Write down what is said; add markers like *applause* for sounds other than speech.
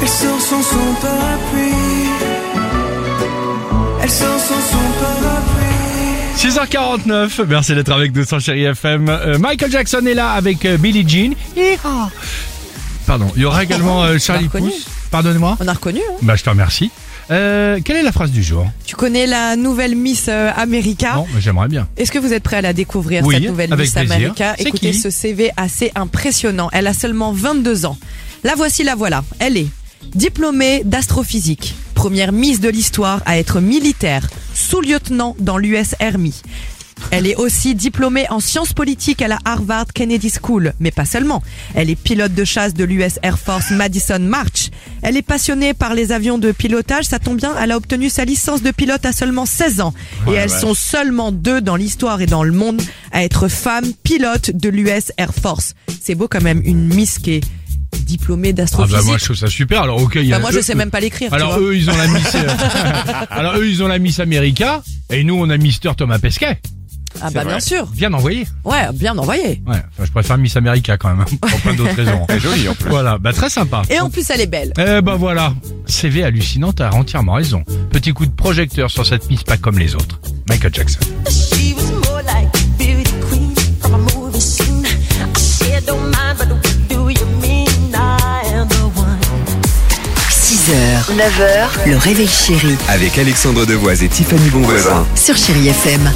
Elle sort sans son parapluie. Elle sort sans son parapluie. 6h49, merci d'être avec nous sur Chéri FM. Euh, Michael Jackson est là avec euh, Billie Jean. Hi-ha. Pardon, il y aura également euh, Charlie reconnu. Pouce. Pardonnez-moi. On a reconnu. hein. Bah, je te remercie. Euh, quelle est la phrase du jour Tu connais la nouvelle Miss euh, America. Non, mais j'aimerais bien. Ah, Est-ce que vous êtes prêt à la découvrir, Oui, cette nouvelle avec Miss plaisir. America C'est Écoutez qui ce CV assez impressionnant. Elle a seulement 22 ans. La voici, la voilà. Elle est diplômée d'astrophysique, première Miss de l'histoire à être militaire, sous-lieutenant dans l'US Army. Elle est aussi diplômée en sciences politiques à la Harvard Kennedy School, mais pas seulement. Elle est pilote de chasse de l'US Air Force Madison March. Elle est passionnée par les avions de pilotage, ça tombe bien, elle a obtenu sa licence de pilote à seulement 16 ans. Et elles sont seulement deux dans l'histoire et dans le monde à être femme pilote de l'US Air Force. C'est beau quand même, une Miss qui est diplômée Ah d'astrophysique. bah moi je trouve ça super. Alors ok, il y a Bah, moi, eux- je sais eux- même pas l'écrire. tu Alors vois. eux ils ont la Miss *laughs* euh, Alors eux ils ont la Miss America et nous on a Mister Thomas Pesquet. ah bah bien sûr. Bien envoyé. Ouais, bien envoyé. Ouais, enfin, je préfère Miss America quand même hein, pour plein d'autres *laughs* raisons. C'est joli en plus. Voilà, bah très sympa. Et en plus, elle est belle. Eh ben voilà, CV hallucinant, t'as entièrement raison. Petit coup de projecteur sur cette mise pas comme les autres. Michael Jackson. She was more like a beauty queen from a movie scene. I said, don't mind, but what do you mean? I am the one. 6h, 9h, le réveil chéri Avec Alexandre Devoise et Tiffany Bonvoisin. sur Chéri FM.